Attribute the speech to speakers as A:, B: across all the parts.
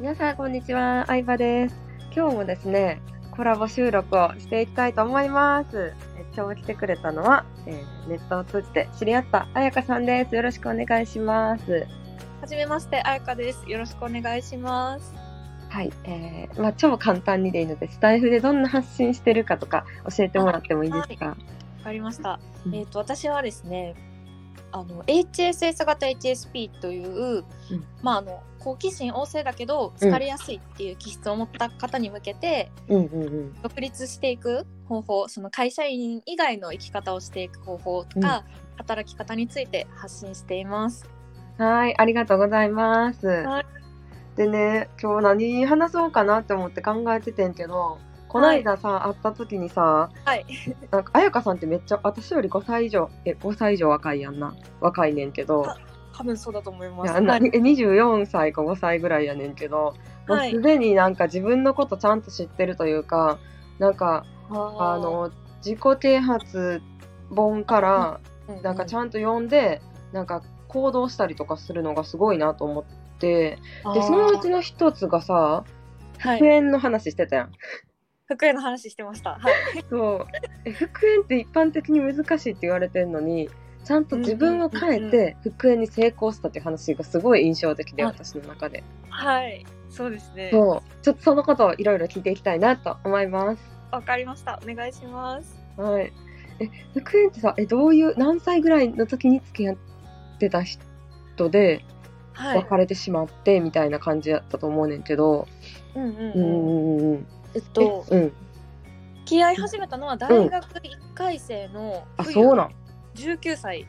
A: 皆さんこんにちは、相葉です。今日もですね、コラボ収録をしていきたいと思います。え今日来てくれたのは、えーネットを通じて知り合った彩香さんです。よろしくお願いします。
B: はじめまして、あやかです。よろしくお願いします。
A: はい、えーまあ超簡単にでいいので、スタイフでどんな発信してるかとか教えてもらってもいいですか。
B: わかりました。
A: うん
B: えっ、と、私はですね。あの、HSS 型 HSP という、
A: うん
B: まあ、あの、好奇心旺盛だけど、疲れやすいっていう気質を持った方に向けて。
A: うんうんうん。
B: 独立していく方法、その会社員以外の生き方をしていく方法とか、働き方について発信しています。
A: はい、ありがとうございます。
B: はい
A: でね、今日何話そうかなって思って考えててんけど、こないださ、会った時にさ、
B: はい、
A: なんか彩香さんってめっちゃ私より5歳以上、え5歳以上若いやんな、若いねんけど、
B: 多分そうだと思いま
A: い
B: す。
A: やな
B: は
A: え
B: い
A: 24歳か5歳ぐらいやねんけど、もう
B: はい
A: すでになんか自分のことちゃんと知ってるというか、なんかあ、の自己啓発本から
B: う
A: なんかち
B: ん
A: ゃんと読んで、なんか行動したりとかするのがすごいなと思ってでそのうち、の一つがさ
B: あーはい
A: 復、縁の話してたやん、
B: 福江の話してました。はい。
A: そうえ復縁って一般的に難しいって言われてるのにちゃんと自分を変え
B: うんうん
A: て復縁に成功したっていう話がすごい印象的で
B: はい
A: 私の中で
B: はい、そうですね。
A: そうちょっとそのことをいろいろ聞いていきたいなと思います
B: わかりました。お願いします。
A: はいえ復縁ってさえどういう何歳ぐらいの時に付き合ってた人で
B: は
A: 別れてしまってみたいな感じだったと思うねんけど、
B: うんうん
A: う
B: うん。
A: んうんうん
B: えっと、
A: えうん
B: 気合い始めたのは大学一回生の
A: あ
B: 冬
A: そうなん
B: 19歳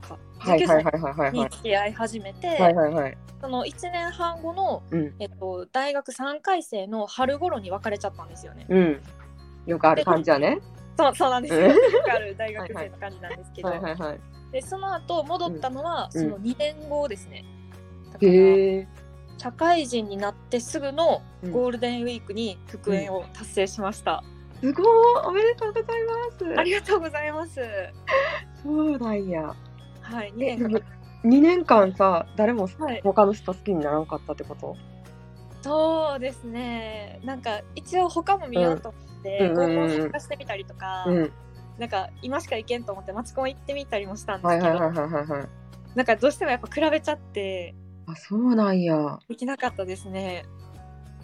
B: か。
A: はい
B: 19
A: はい
B: 歳
A: はいはいはい
B: に
A: はい
B: 付き合い始めて、
A: はいはいはい
B: その1年半後の、
A: うん
B: えっと、大学3回生の春頃に別れちゃったんですよね。
A: うんよくある感じだね
B: そうそうなんですよ。
A: うん
B: よくあ る大学生の感じなんですけど。
A: はいはいはい
B: で、その後戻ったのは、
A: うん
B: その2年後ですね。だから
A: へえ
B: 社会人になってすぐの
A: うん
B: ゴールデンウィークに復縁を達成しました。
A: すごいおめでとうございます
B: ありがとうございます。
A: そうなんや
B: はい、2
A: え
B: 年かかっ
A: 2年間さ誰も
B: た。はい、
A: 他の人好きにならんかったってこと
B: そうですね。なんか一応他も見ようと思って、
A: うんうんうんうん
B: 合コン参加してみたりとか、
A: うん
B: なんか今しか行けんと思ってマチコン行ってみたりもしたんです
A: はい
B: けど、
A: はいはいはいはいはい
B: なんかどうしてもやっぱ比べちゃって
A: あそうなんや
B: できなかったですね。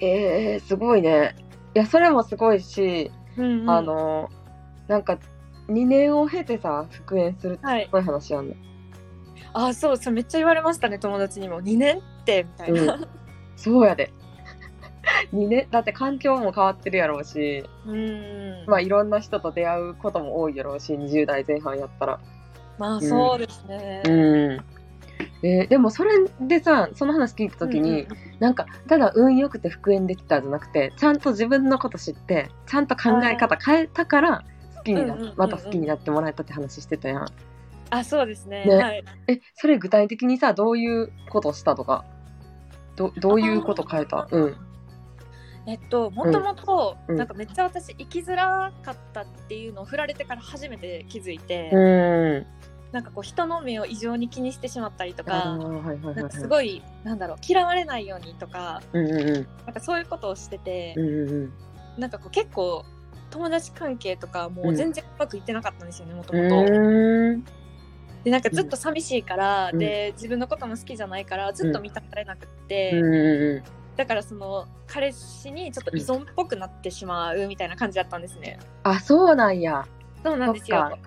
A: えー、すごいねいやそれもすごいし、
B: うんうん
A: あのなんか2年を経てさ復縁するって
B: はい
A: す、ごい話やんの
B: あそうそうめっちゃ言われましたね友達にも2年ってみたいな、
A: うん、そうやで 2年だって環境も変わってるやろうし、
B: うんうん
A: まあ、いろんな人と出会うことも多いやろうし20代前半やったら
B: まあそうですね、
A: うんえーでもそれでさその話聞いた時に、
B: うんうん
A: なんかただ運良くて復縁できたじゃなくてちゃんと自分のこと知ってちゃんと考え方変えたから好きにな、
B: うんうんうんうん
A: また好きになってもらえたって話してたやん
B: あそうですね
A: ね
B: はい
A: えそれ具体的にさどういうことしたとかどどういうこと変えたうん
B: えっともともと
A: うん
B: なんかめっちゃ私生きづらかったっていうのを振られてから初めて気づいて、
A: うん
B: なんかこう人の目を異常に気にしてしまったりと
A: あ
B: か
A: ーはいはいはい
B: なん
A: は
B: か
A: い
B: すごいなんだろう嫌われないようにとか
A: うんうんうん
B: なんかそういうことをしてて
A: う、んうんうん
B: なんかこう結構友達関係とかもう全然うまくいってなかったんですよねも
A: う
B: ともと。
A: ーん
B: でなんかずっと寂しいから、
A: うん
B: で自分のことも好きじゃないからずっと満たされなくって、
A: うんうん
B: だからその彼氏にちょっと依存っぽくなってしまうみたいな感じだったんですね。
A: あそうなんや
B: そうなんですよ
A: そっか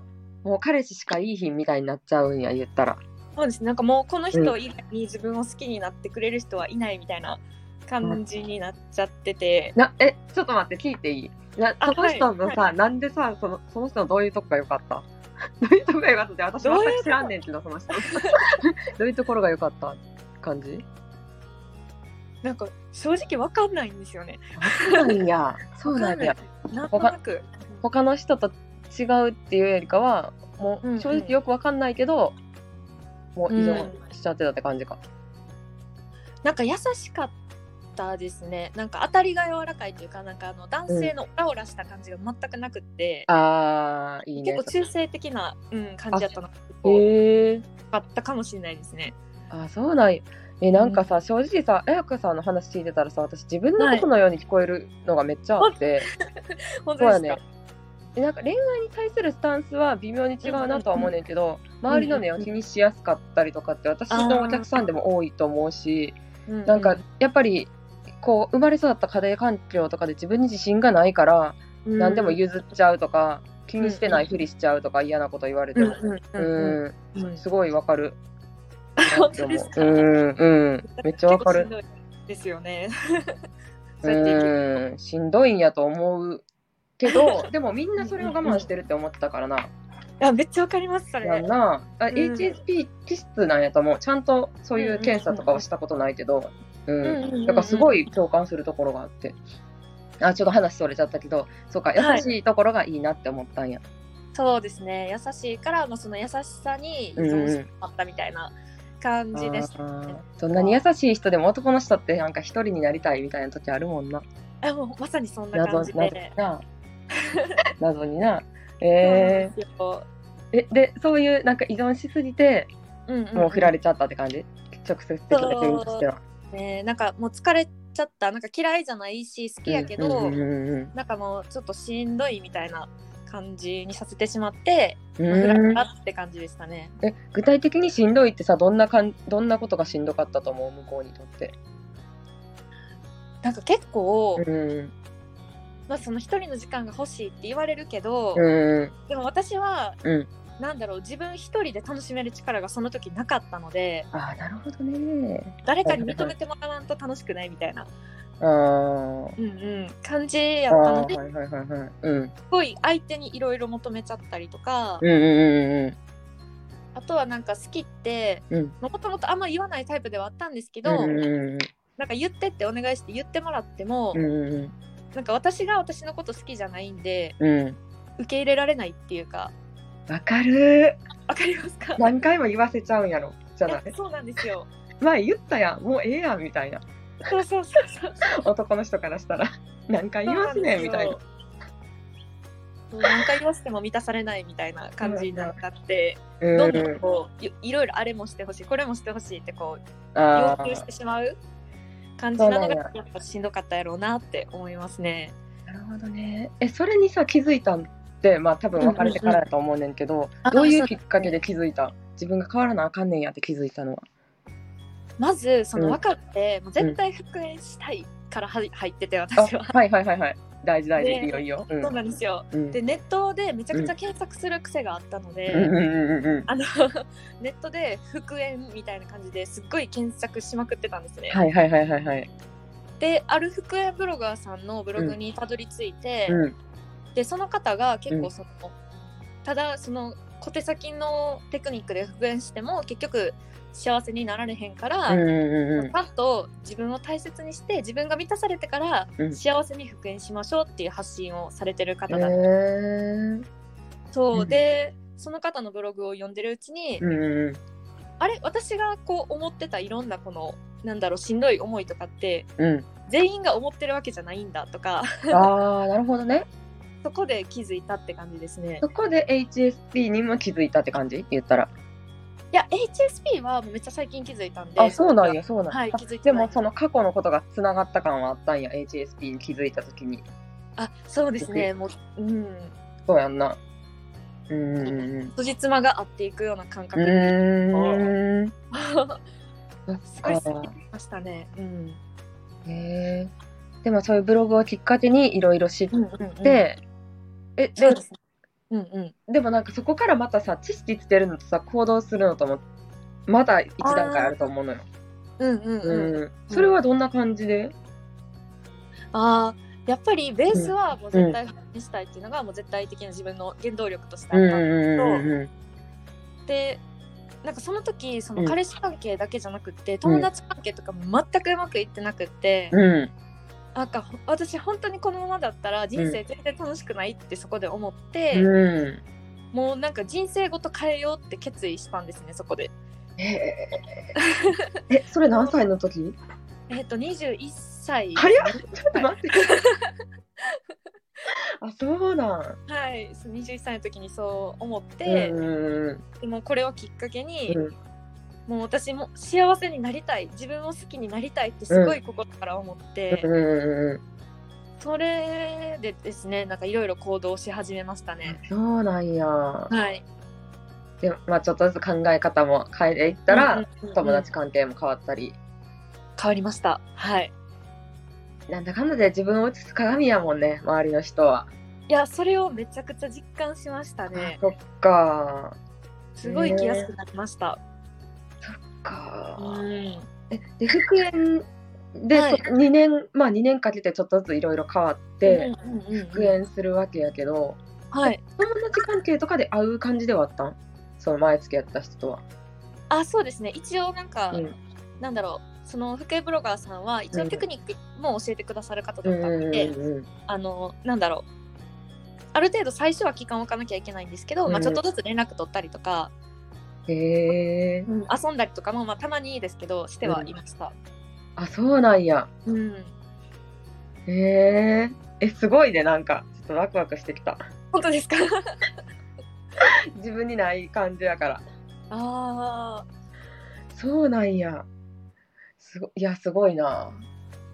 A: もう彼氏しかいい品みたいになっちゃうんや言ったら
B: そうですねなんかもうこの人
A: う
B: 以外に自分を好きになってくれる人はいないみたいな感じになっちゃってて、
A: なえちょっと待って聞いていいな
B: あ
A: その人のさ、
B: はいは
A: なんでさそのその人のどういうとこが良かった どういうとこが良かったって私
B: どういうとこ
A: 全く知らんねんけどそ の人どういうところが良かった感じ
B: なんか正直わかんないんですよね。
A: そうなんやそうなんや
B: なんとなく
A: 他の人と違うっていうよりかはも
B: うんう
A: うん正直よくわかんないけど、もう依存しちゃってたって感じか、
B: なんか優しかったですねなんか当たりが柔らかいというかなんかあの男性のオラオラした感じが全くなくって、
A: ああいいね
B: 結構中性的な、うん、感じだったのが結構
A: へえ
B: 良かったかもしれないですね。
A: あそうなんやえなんかさ、正直さ彩香さんの話聞いてたらさ私自分のことのように聞こえるのがめっちゃあって、
B: 本
A: そう
B: 当
A: や
B: です
A: ね
B: か。
A: えなんか恋愛に対するスタンスは微妙に違うなとは思うねんけど、周りの目を気にしやすかったりとかって私のお客さんでも多いと思うし、
B: うう
A: なんか、やっぱりこう生まれ育った家庭環境とかで自分に自信がないから、
B: うん
A: 何でも譲っちゃうとか気にしてないふりしちゃうとか嫌なこと言われても、
B: うん
A: う
B: うんんうん
A: すごいわかる。
B: 本当ですか
A: うんうんめっちゃわかる
B: 結。構しんどいですよね。
A: う
B: そうやって生きる
A: んしんどいんやと思うけどでもみんなそれを我慢してるって思ってたからな。
B: いやめっちゃわかりますそれ。
A: やんなあ、
B: ん
A: HSP 気質なんやと思うちゃんとそういう検査とかはしたことないけど、うん
B: うんうんうん
A: だからすごい共感するところがあって。あちょっと話それちゃったけどそうか優
B: はい
A: しいところがいいなって思ったんや、
B: そうですね優しいから、まあ、その優しさに依存してあったみたいな感じです、
A: あーどんなに優しい人でも男の人ってなんか一人になりたいみたいな時あるもんな
B: あもうまさにそんな
A: 謎
B: 感じ
A: 謎に
B: で。
A: な謎にな
B: そうなん
A: え
B: ですよ
A: ー、えでそういうなんか依存しすぎて
B: うんうんうん
A: もう振られちゃったって感じ、直接的な原因としては
B: ねなんかもう疲れちゃったなんか嫌いじゃないし好きやけど、
A: うんうんうんうん
B: なんかもうちょっとしんどいみたいな感じにさせてしまって、
A: う
B: まあ振られ
A: ん
B: たって感じでしたね。
A: え具体的にしんどいってさどんなかんどんなことがしんどかったと思う向こうにとって。
B: なんか結構、
A: うん
B: まあ、その一人の時間が欲しいって言われるけど、
A: うん
B: でも私は、
A: うん
B: なんだろう自分一人で楽しめる力がその時なかったので
A: あーなるほどね。
B: 誰かに認めてもらわんと楽しくないみたいな、
A: あー
B: うんうん、感じや
A: あー
B: ったの
A: は
B: で
A: い
B: す
A: はいはいはい。うん
B: ごい相手にいろいろ求めちゃったりとか、
A: うんうんうん
B: あとはなんか好きって
A: うん
B: もともとあんま言わないタイプではあったんですけ
A: う
B: ど、
A: んうん
B: なんか言ってってお願いして言ってもらっても、
A: うんうん
B: なんか私が私のこと好きじゃないんで
A: うん
B: 受け入れられないっていうか
A: わかる
B: わかりますか
A: 何回も言わせちゃうんやろじゃない
B: いやそうなんで すよ。
A: 前言ったやんもうええやんみたいな
B: そうそうそうそう。
A: 男の人からしたら何回言わすねんみたいな。
B: そうなんですよ。何回言わせても満たされないみたいな感じになっちゃって、
A: うん
B: どんどんこういいろいろあれもしてほしい、これもしてほしいってこう要
A: あ
B: 求し
A: ー
B: てしまう感じなの
A: そう
B: が
A: な
B: やっぱしんどかったやろうなって思いますね。
A: なるほどねえそれにさ気づいたんってまあ多分別れてからやと思うねんけど、どういうきっかけで気づいた自分が変わらなあかんねんやって気づいたのは。
B: まずそ
A: うん
B: の分かって、もう絶対復縁したいからは入ってて
A: あ
B: 私は。
A: はいはいはいはい大事大事、い
B: ね
A: いよいいよ。うん
B: そうなんですよ。
A: うん
B: でネットでめちゃくちゃ検索する癖があったので、
A: うんうんうんうん
B: あの ネットで復縁みたいな感じですっごい検索しまくってたんですね。
A: はいはいはいはいはい。
B: である復縁ブロガーさんのブログにたどり着いて、
A: うん
B: でその方が結
A: うん
B: 構その、ただその小手先のテクニックで復縁しても結局幸せになられへんから。
A: うんうんうん
B: パッと自分を大切にして自分が満たされてから
A: うん
B: 幸せに復縁しましょうっていう発信をされてる
A: え
B: 方だった
A: ー
B: そう、
A: うん
B: でその方のブログを読んでるうちに、
A: うんうん
B: あれ私がこう思ってたいろんなこのなんだろうしんどい思いとかって
A: うん
B: 全員が思ってるわけじゃないんだとか
A: うんああなるほどね
B: そこで気づいたって感じですね
A: そこで HSP にも気づいたって感じ言ったら
B: いや HSP はもうめっちゃ最近気づいたんで
A: あそうなんやそうなんや、
B: はい
A: あ
B: 気づいて
A: で
B: ない
A: もその過去のことがつながった感はあったんや HSP に気づいた時に
B: あそうですねもううん
A: そうやんなうんうんうん
B: 辻褄が合っていくような感
A: う
B: 覚に
A: ーん
B: すごい好きましたねうん
A: へえでもそういうブログをきっかけにいろいろ知っ
B: うんうんうん
A: て、え
B: そ
A: で
B: うですねうんうん
A: でもなんかそこからまたさ知識つけるのとさ行動するのともまだ一段階あると思うのよ。
B: うんうんうん
A: うんそれはどんな感じで、
B: あーやっぱりベースはもう絶対にしたいっていうのがもう絶対的な自分の原動力としてあったん
A: うん
B: でなんかその時そうの
A: ん
B: 彼氏関係だけじゃなくって、友達関係とかも全くうまくいってなくって、
A: うん
B: なんかほ私本当にこのままだったら人生全然楽しくないってそこで思って、
A: う
B: もうなんか人生ごと変えようって決意したんですねそこで。
A: ん、えーえそれ何歳の時
B: えっ、と21歳
A: 早っちょっと待 って。あそうなん。
B: はいそう21歳の時にそう思って、
A: うんうん
B: でもこれをきっかけに、
A: うん
B: もう私も幸せになりたい自分を好きになりたいってすごい心から思って、
A: うんうんうん
B: それでですねなんかいろいろ行動し始めましたね。
A: そうなんや。
B: はい、
A: で、まあちょっとずつ考え方も変えていったら、
B: うんうんうん
A: 友達関係も変わったり、
B: 変わりました。はい、
A: なんだかんだで自分を映す鏡やもんね、周りの人は。
B: いやそれをめちゃくちゃ実感しましたね。
A: そっか。
B: すごい生きやすくなりました。
A: か
B: うん
A: えで復縁で、
B: はい
A: そ2年まあ2年かけてちょっとずついろいろ変わって
B: うんうんうんうん
A: 復縁するわけやけど、
B: はい。
A: 友達関係とかで会う感じではあったんその前付き合った人とは。
B: あ、そうですね。一応なんか、
A: うん
B: なんだろう。その福井ブロガーさんは一
A: う
B: 応
A: ん
B: テクニックも教えてくださる方
A: う
B: だ
A: ん
B: ったの
A: うん
B: で、
A: うん
B: あのなんだろう。ある程度最初は期間を置かなきゃいけないんですけど、
A: うん
B: まあちょっとずつ連絡取ったりとか、
A: へえ
B: 遊んだりとかもまあたまにですけどしてはいました。
A: あそうなんや。
B: うん。
A: へええすごいねなんかちょっとワクワクしてきた
B: 本当ですか。
A: 自分にない感じやから
B: ああ。
A: そうなんやすごいやすごいな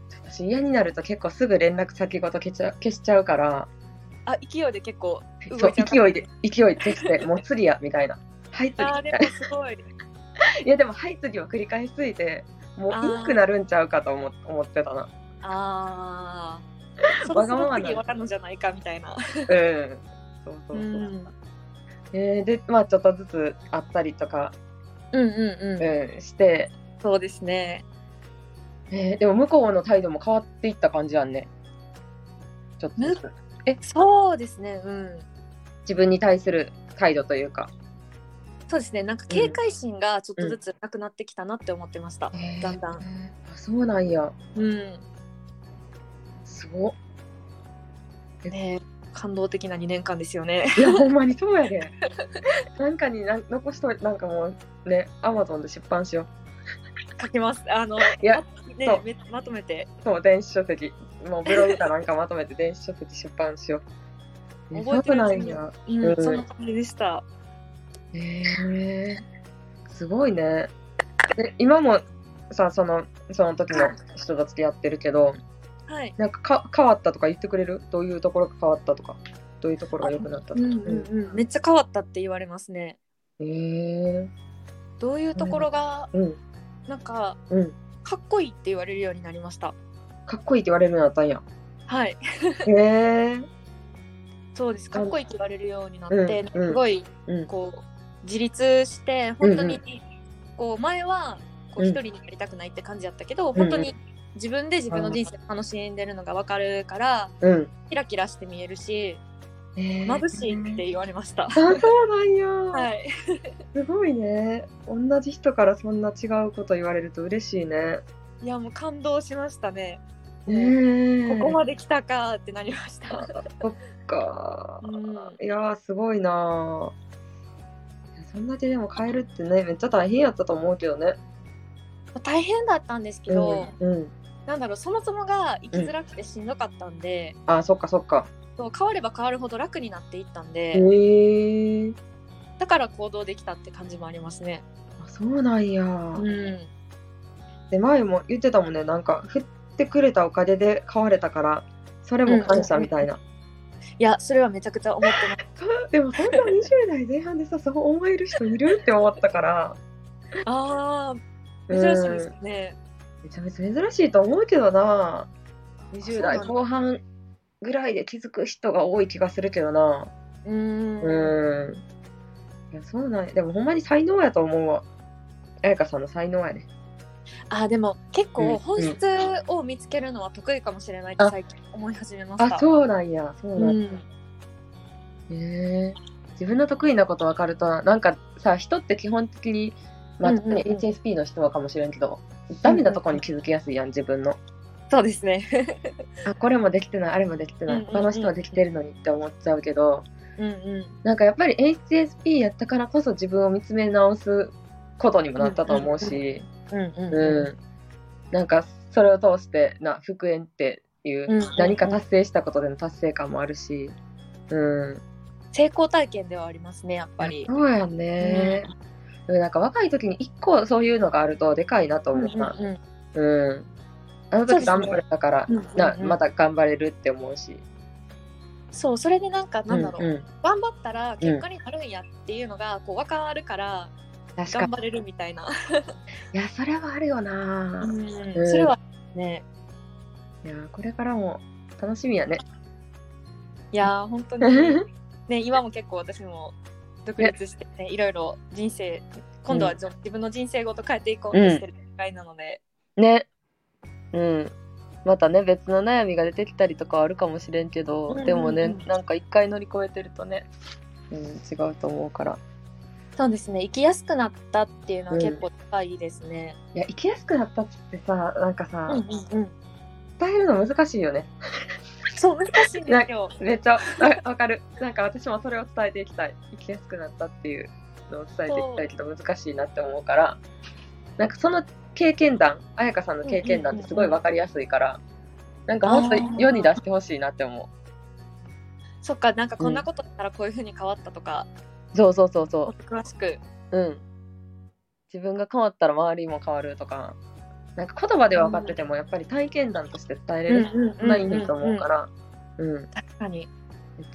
A: ちょっと私嫌になると結構すぐ連絡先ごと消しちゃう消しちゃうから
B: あ、勢いで結構動いち
A: そ
B: ゃ
A: う
B: うか
A: 勢いで勢いで してもう釣りやみたいな「はい釣り
B: あー」
A: み
B: で
A: た
B: も
A: いな
B: すごい。
A: いやでも「はい釣り」を繰り返しすぎてもう
B: あ
A: い
B: ー
A: なくなるんちゃうかと思思ってたな
B: ああ。そろ
A: わ
B: そ
A: がま
B: ろ
A: まな
B: 次わかんのじゃないかみたい
A: う
B: な。
A: んそうそうそう、
B: うん
A: えーでまあちょっとずつ会ったりとか、
B: うんうんうん。
A: うん、して、
B: そうですね。
A: えーでも向こうの態度も変わっていった感じやんねちょっとずつ
B: そうですね。うん。
A: 自分に対する態度というか
B: そうですね。なんか警戒心がちょっとずつなくなってきたなって思ってました。だんだん。
A: えーあそうなんや
B: うん。
A: すごっ
B: ねえ感動的な2年間ですよね。
A: いやほんまにそうやで なんかになん残しとなんかもうねアマゾンで出版しよう
B: 書きます。あの、
A: いや
B: ま
A: そ
B: ね
A: う
B: めまとめて
A: そう、電子書籍。もうブログかなんかまとめて電子書籍出版しよう。
B: 覚えてるうちに
A: そうなんや。
B: うん、
A: うん
B: そんな感じでした。
A: へえすごいね。で今もさ、その、その時の人と付き合ってるけど、
B: はい。
A: なんかか変わったとか言ってくれるどういうところが変わったとか、どういうところが良くなったと
B: う
A: か。
B: んうんうん。めっちゃ変わったって言われますね。
A: へえ
B: どういうところが、
A: うん、
B: なんか、
A: うん。
B: かっこいいって言われるようになりました。
A: かっこいいって言われるようになったんや。
B: はい。
A: へえ
B: そうです。かっこいいって言われるようになって、
A: うん
B: なんかすごい
A: うん。
B: こう自立して本当に、
A: うん
B: こう前はこう
A: うん
B: 一人になりたくないって感じだったけど、
A: ん
B: 本当に自分で自分の人生を楽しんでるのが分かるから、
A: うん。
B: キラキラして見えるし
A: へえ
B: 眩しいって言われました。
A: あ、そうなんや。
B: はい、
A: すごいね。同じ人からそんな違うこと言われると嬉しいね。
B: いやもう感動しましたね。
A: ねえ
B: ここまで来たかってなりました。
A: そっか。
B: うん
A: いやーすごいなー。そんだけでも変えるってねめっちゃ大変やったと思うけどね。
B: 大変だったんですけど、
A: うん。うん、
B: なんだろうそもそもが生きづらくてしんどかったんで、
A: あそっかそっか。
B: そう変われば変わるほど楽になっていった
A: へ
B: んで、
A: えー。
B: だから行動できたって感じもありますね。
A: あそうなんや。
B: うん
A: で前も言ってたもんねなんか振ってくれたおかげで買われたからそれも感謝みたいな。
B: いや、それはめちゃくちゃ思ってま す。
A: でもそんな20代前半でさそう思える人いるって思ったから。
B: ああ、
A: うん
B: 珍しいですね。
A: めちゃめちゃ珍しいと思うけどな
B: そう
A: 20
B: なん
A: 代
B: だ
A: 後半ぐらいで気づく人が多い気がするけどな
B: うーん。
A: うんいやそうなんやでもほんまに才能やと思うわ彩香さんの才能やね
B: あーでも結
A: うん
B: 構本質を見つけるのは得意かもしれないって最近思い始めました。
A: あそうなんやそううなんや、
B: ん。
A: へえ自分の得意なこと分かるとなんかさ人って基本的にまあ、
B: うんうんうん
A: 特に HSP の人はかもしれんけどダメなとこに気づきやすいやん自分の
B: そうですね。
A: あこれもできてないあれもできてな
B: うん
A: い
B: うんうん
A: 他の人はできてるのにって思っちゃうけど、
B: うんうん。
A: なんかやっぱり HSP やったからこそ自分を見つめ直すことにもなったと思うし、
B: うん
A: う
B: うんんう
A: なんかそれを通してな復縁っていう
B: うん
A: 何か達成したことでの達成感もあるし、うん、
B: ん。成功体験ではありますね、やっぱり。
A: そうやね、でもなんか若い時に一個そういうのがあるとでかいなと
B: うんう
A: 思
B: ん
A: うな。
B: うん
A: うん、あの
B: そう
A: 時
B: ですね
A: 頑張れたから、
B: うんうんうん
A: なまた頑張れるって思うし。
B: そうそれでなんかなんだろ
A: う
B: う、
A: んうん
B: 頑張ったら結果になるんやっていうのがこう分かるから
A: 確か
B: 頑
A: に。
B: 張れるみたいな、
A: いや、それはあるよな。
B: うんそれはね
A: いや、これからも楽しみやね。
B: いやー本 当に
A: う
B: ね今も結構私も独立してねいろいろ人生今度はじょ自分の人生ごと変えていこうとしてる段階なので、
A: ん ね。うん。またね、別の悩みが出てきたりとかあるかもしれんけど、
B: うんうんうん
A: でもね、なんか一回乗り越えてるとね、うん、違うと思うから。
B: そうですね生きやすくなったっていうのは
A: うん
B: 結構高いですね、
A: いや、生きやすくなったってさ、なんかさ、
B: うんうんうん
A: 伝えるの難しいよね。
B: そう難しいんですよ
A: めっちゃわわかる。なんか私もそれを伝えていきたい。生きやすくなったっていうのを伝えていきたいけど難しいなって思うから、なんかその経験談、彩香さんの経験談ってすごいわかりやすいから、なんかもっと世に出してほしいなって思
B: そっかなんかこんなことだったらこういうふうに変わったとか、
A: う。そうそうそうそ
B: 詳しく
A: う。うん。自分が変わったら周りも変わるとか、なんか言葉では分かっててもやっぱり体験談として伝えれる人ないんと思うから、うん。めっ
B: 確かに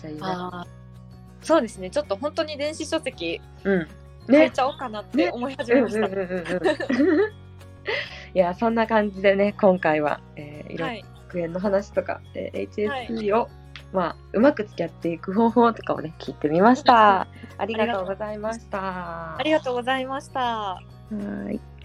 A: ちゃいいね。
B: あーそうですねちょっと本当に電子書籍
A: うん。
B: 変えちゃおうかなって思い始めました、
A: いやそんな感じでね今回は、えー、いろ
B: は
A: んない学園の話とか、えー
B: はい
A: HSP を、まあ、うまく付き合っていく方法とかをね聞いてみました。ありがとうございました。
B: ありがとうございました
A: はい